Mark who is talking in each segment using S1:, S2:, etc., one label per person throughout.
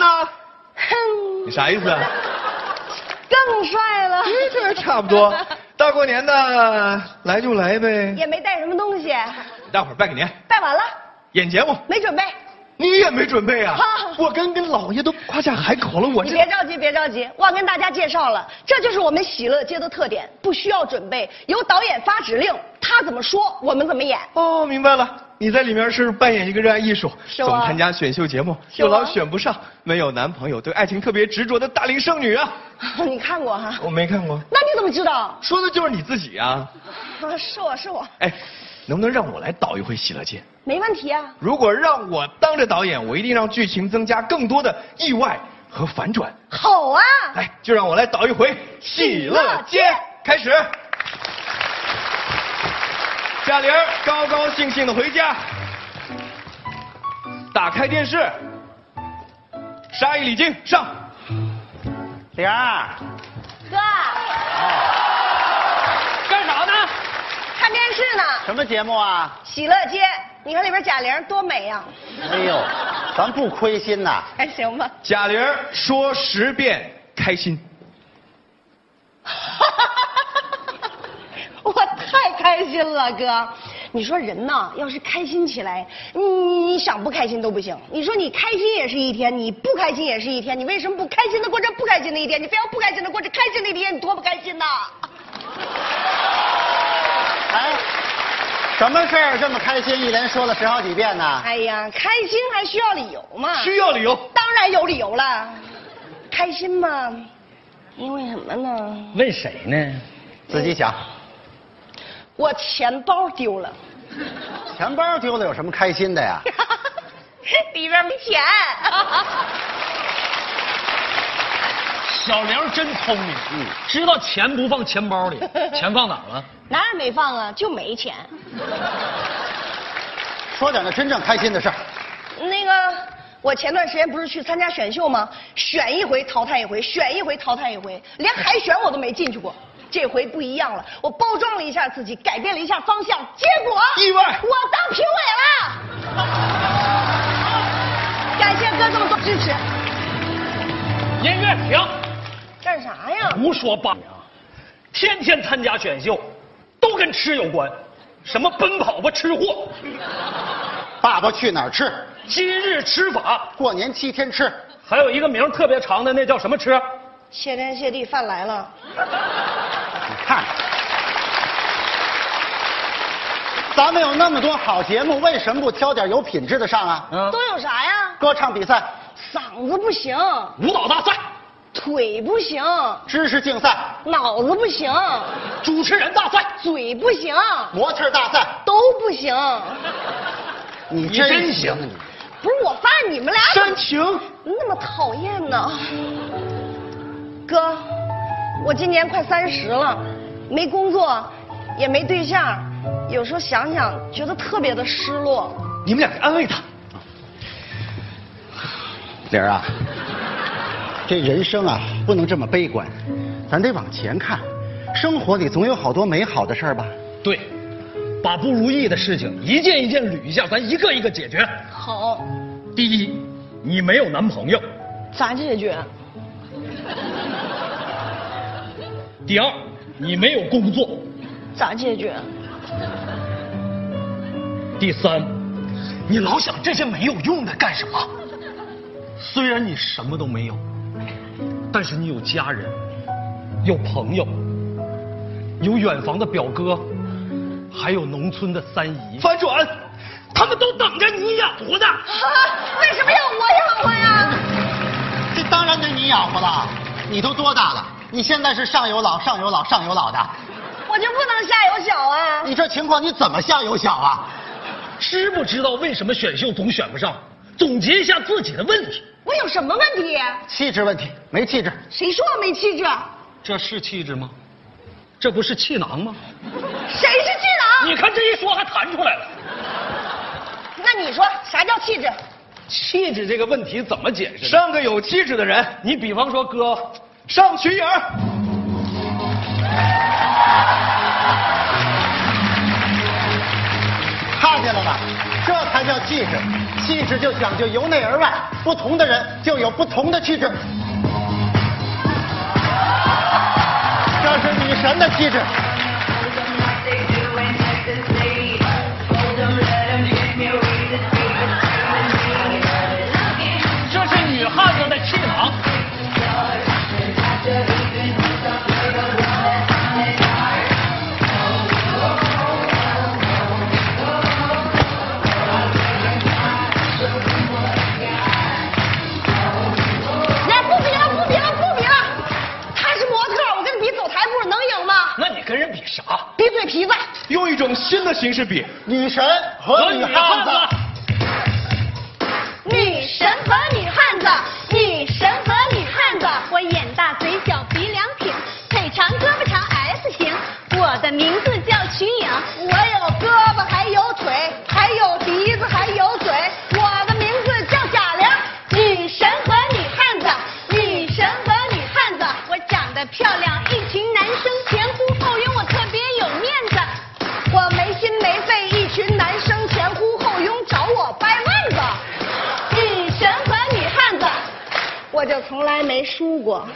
S1: 啊
S2: 啥意思啊？
S1: 更帅了，
S2: 哎，这差不多。 大过年的，来就来呗。
S1: 也没带什么东西，
S2: 大伙儿拜个年，
S1: 带完了，
S2: 演节目，
S1: 没准备。
S2: 你也没准备啊
S1: 哈？
S2: 我刚跟老爷都夸下海口了，我
S1: 你
S2: 这
S1: 别着急，别着急，忘跟大家介绍了，这就是我们喜乐街的特点，不需要准备，由导演发指令，他怎么说，我们怎么演。
S2: 哦，明白了。你在里面是扮演一个热爱艺术，
S1: 是我
S2: 总参加选秀节目，
S1: 是
S2: 又
S1: 我
S2: 老选不上，没有男朋友，对爱情特别执着的大龄剩女啊！
S1: 你看过哈、
S2: 我没看过，
S1: 那你怎么知道？
S2: 说的就是你自己啊！
S1: 啊是我是我，
S2: 哎，能不能让我来导一回喜乐街？
S1: 没问题啊。
S2: 如果让我当着导演，我一定让剧情增加更多的意外和反转。
S1: 好啊，
S2: 来，就让我来导一回《喜乐街》，开始。贾玲儿高高兴兴的回家，打开电视，沙溢、李菁上，
S3: 玲儿，
S1: 哥，
S3: 干啥呢？
S1: 看电视呢，
S3: 什么节目啊？
S1: 《喜乐街》，你看里边贾玲多美呀、
S3: 哎呦，咱不亏心呐！
S1: 还行吧。
S2: 贾玲儿说十遍开心，
S1: 我太开心了，哥。你说人呐，要是开心起来，你你想不开心都不行。你说你开心也是一天，你不开心也是一天，你为什么不开心的过这不开心的一天？你非要不开心的过这开心的一天，你多不开心呐！
S3: 哎，什么事儿这么开心，一连说了十好几遍呢？
S1: 哎呀，开心还需要理由吗？
S2: 需要理由。
S1: 当然有理由了。开心嘛，因为什么呢？
S4: 问谁呢？
S3: 自己想，
S1: 我钱包丢了，
S3: 钱包丢了有什么开心 的呀？
S1: 里边没钱。
S4: 小玲真聪明，知道钱不放钱包里， 钱放哪儿了？
S1: 哪儿也没放啊，就没钱。
S3: 说点那真正开心的事儿。
S1: 那个，我前段时间不是去参加选秀吗？选一回淘汰一回，选一回淘汰一回，连海选我都没进去过。这回不一样了，我包装了一下自己，改变了一下方向，结果
S2: 意外
S1: 我当评委了。感谢哥这么多支持，
S4: 音乐停，
S1: 干啥呀？
S4: 胡说八道！天天参加选秀，都跟吃有关，什么奔跑吧吃货，
S3: 爸爸去哪儿吃？
S4: 今日吃法，
S3: 过年七天吃。
S4: 还有一个名儿特别长的，那叫什么吃？
S1: 谢天谢地，饭来了。
S3: 你看，咱们有那么多好节目，为什么不挑点有品质的上啊？
S4: 嗯，
S1: 都有啥呀？
S3: 歌唱比赛、
S1: 嗓子不行，
S4: 舞蹈大赛，
S1: 腿不行，
S3: 知识竞赛、
S1: 脑子不行，
S4: 主持人大赛，
S1: 嘴不行，
S3: 模特大赛，
S1: 都不行。
S3: 你
S4: 你真
S3: 行啊你。
S1: 不是，我发现你们俩怎么
S2: 煽情，
S1: 那么讨厌呢。哥，我今年快三十了，没工作，也没对象，有时候想想觉得特别的失落。
S2: 你们俩安慰他。
S3: 玲儿啊，这人生啊不能这么悲观，咱得往前看。生活里总有好多美好的事儿吧？
S4: 对，把不如意的事情一件一件捋一下，咱一个一个解决。
S1: 好，
S4: 第一，你没有男朋友；
S1: 咋解决？
S4: 第二，你没有工作；
S1: 咋解决？
S4: 第三，你老想这些没有用的干什么？虽然你什么都没有，但是你有家人，有朋友，有远房的表哥，还有农村的三姨，
S2: 反转，
S4: 他们都等着你养活呢。
S1: 啊， 为什么要我养我呀？
S3: 这当然得你养活了，你都多大了？你现在是上有老上有老上有老的，
S1: 我就不能下有小啊？
S3: 你这情况你怎么下有小啊？
S4: 知不知道为什么选秀总选不上？总结一下自己的问题，
S1: 我有什么问题？
S3: 气质问题，没气质。
S1: 谁说我没气质？
S4: 这是气质吗？这不是气囊吗？
S1: 谁是智囊？
S4: 你看这一说还弹出来了。
S1: 那你说啥叫气质？
S4: 气质这个问题怎么解释呢？
S2: 上个有气质的人，
S4: 你比方说哥，
S2: 上群演儿。
S3: 看见了吧？这才叫气质，气质就讲究由内而外，不同的人就有不同的气质。人的气质。
S4: 这是女汉子的气囊。
S1: 来，不比了，不比了，不比了。他是模特，我跟你比走台步，能赢吗？
S4: 那你跟人比啥？
S1: 比嘴皮子。
S2: 用一种新的形式比，
S3: 女神和女汉子。
S1: 女神和女汉子，女神和女汉子，我眼大嘴小鼻梁挺，腿长胳膊长 S 型。我的名字叫瞿颖，我有胳膊还有腿，还有鼻子还有嘴。我的名字叫贾玲，女神和女汉子，女神和女汉子，我长得漂亮，一群男生前呼后拥，我特别有面子。我没心没肺，一群男生前呼后拥找我掰腕子。女神和女汉子，我就从来没输过。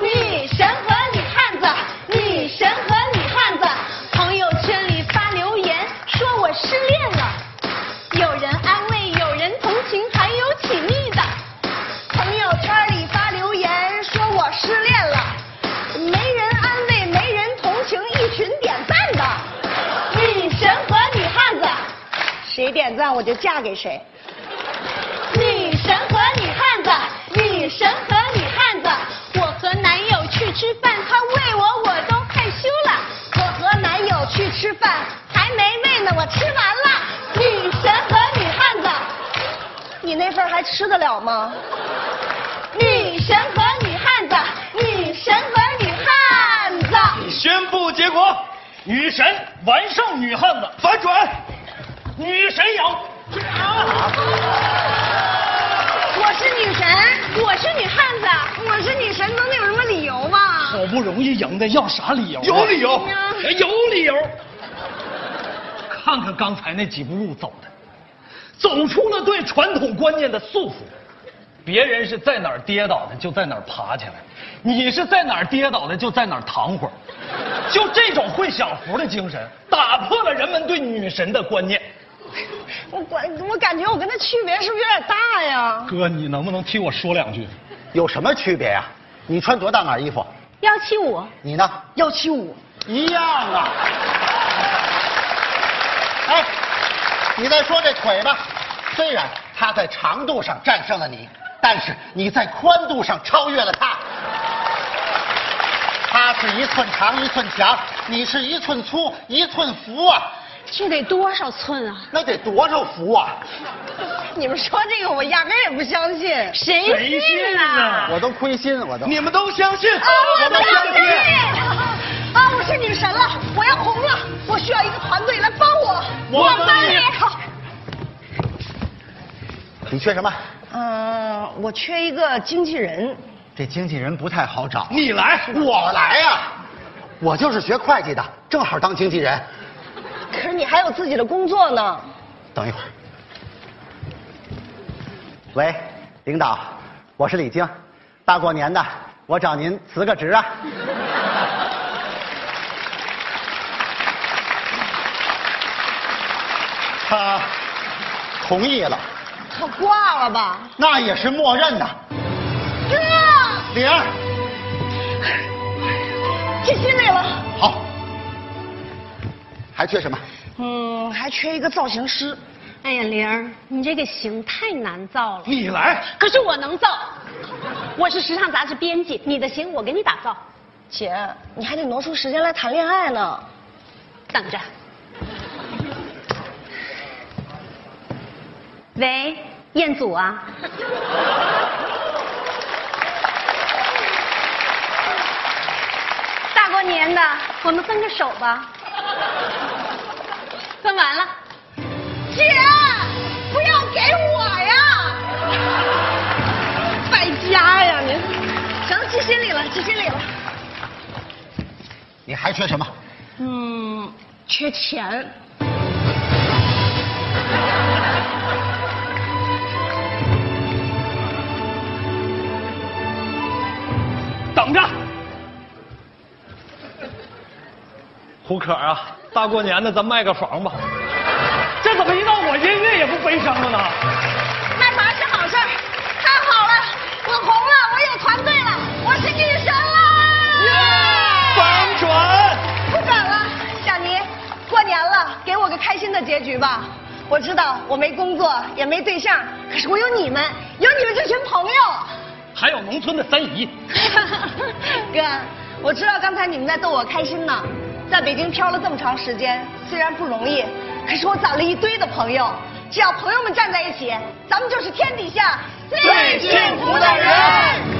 S1: 女神和女汉子，女神和女汉子，朋友圈里发留言说我失恋了，有人安慰，有人同情，还有起腻的。朋友圈里发留言说我失恋了，没人安慰，没人同情，一群点赞的。女神和女汉子，谁点赞我就嫁给谁。女神和女汉子，女神和女汉子，我和男友去吃饭，他喂我，我都害羞了。我和男友去吃饭，还没喂呢，我吃完了。女神和女汉子，你那份还吃得了吗？女神和女汉子，女神和女汉子，
S4: 宣布结果，女神完胜女汉子，
S2: 反转。
S4: 女神赢。
S1: 我是女神，我是女汉子，我是女神，能有什么理由吗？
S4: 好不容易赢的，要啥理由啊？
S2: 有理由，
S4: 哎有理由。看看刚才那几步路走的，走出了对传统观念的束缚。别人是在哪儿跌倒的就在哪儿爬起来，你是在哪儿跌倒的就在哪儿躺会儿。就这种会享福的精神，打破了人们对女神的观念。
S1: 我管我感觉我跟他区别是不是有点大呀？
S4: 哥，你能不能替我说两句？
S3: 有什么区别呀、啊你穿多大码衣服？
S1: 幺七五，
S3: 你呢？
S1: 幺七五，
S3: 一样啊。哎，你再说这腿吧，虽然它在长度上战胜了你，但是你在宽度上超越了它。它是一寸长一寸强，你是一寸粗一寸福啊，
S1: 这得多少寸啊？
S3: 那得多少福啊！
S1: 你们说这个我压根儿也不相信，谁
S4: 谁信啊？
S3: 我都亏心，我都。
S2: 你们都相信，
S1: 啊，我们相信！啊，我是女神了，我要红了，我需要一个团队来帮我。
S4: 我帮你
S1: 好。
S3: 你缺什么？
S1: 嗯、我缺一个经纪人。
S3: 这经纪人不太好找。
S2: 你来，
S3: 我来啊呀、我就是学会计的，正好当经纪人。
S1: 可是你还有自己的工作呢。
S3: 等一会儿。喂，领导，我是李晶，大过年的，我找您辞个职啊。他同意了，
S1: 可挂了吧，
S3: 那也是默认的。
S1: 哥，嗯
S3: 玲儿，
S1: 记心里了。
S3: 好，还缺什么？
S1: 嗯，还缺一个造型师。
S5: 哎呀，玲儿，你这个型太难造了。
S2: 你来，
S5: 可是我能造，我是时尚杂志编辑，你的型我给你打造。
S1: 姐，你还得挪出时间来谈恋爱呢。
S5: 等着。喂，彦祖啊，大过年的，我们分个手吧。分完了，
S1: 姐，不要给我呀！败家呀您！行，记心里了，记心里了。
S3: 你还缺什么？
S1: 嗯，缺钱。
S4: 等着。胡可啊，大过年的咱卖个房吧。这怎么一到我音乐也不悲伤了呢？
S5: 卖房是好事儿，太好了，我红了，我有团队了，我是女神啦！
S2: 反转。
S1: 啊不转了，小尼，过年了，给我个开心的结局吧。我知道我没工作，也没对象，可是我有你们，有你们这群朋友。
S4: 还有农村的三姨，
S1: 哥，我知道刚才你们在逗我开心呢。在北京漂了这么长时间，虽然不容易，可是我攒了一堆的朋友。只要朋友们站在一起，咱们就是天底下
S5: 最幸福的人。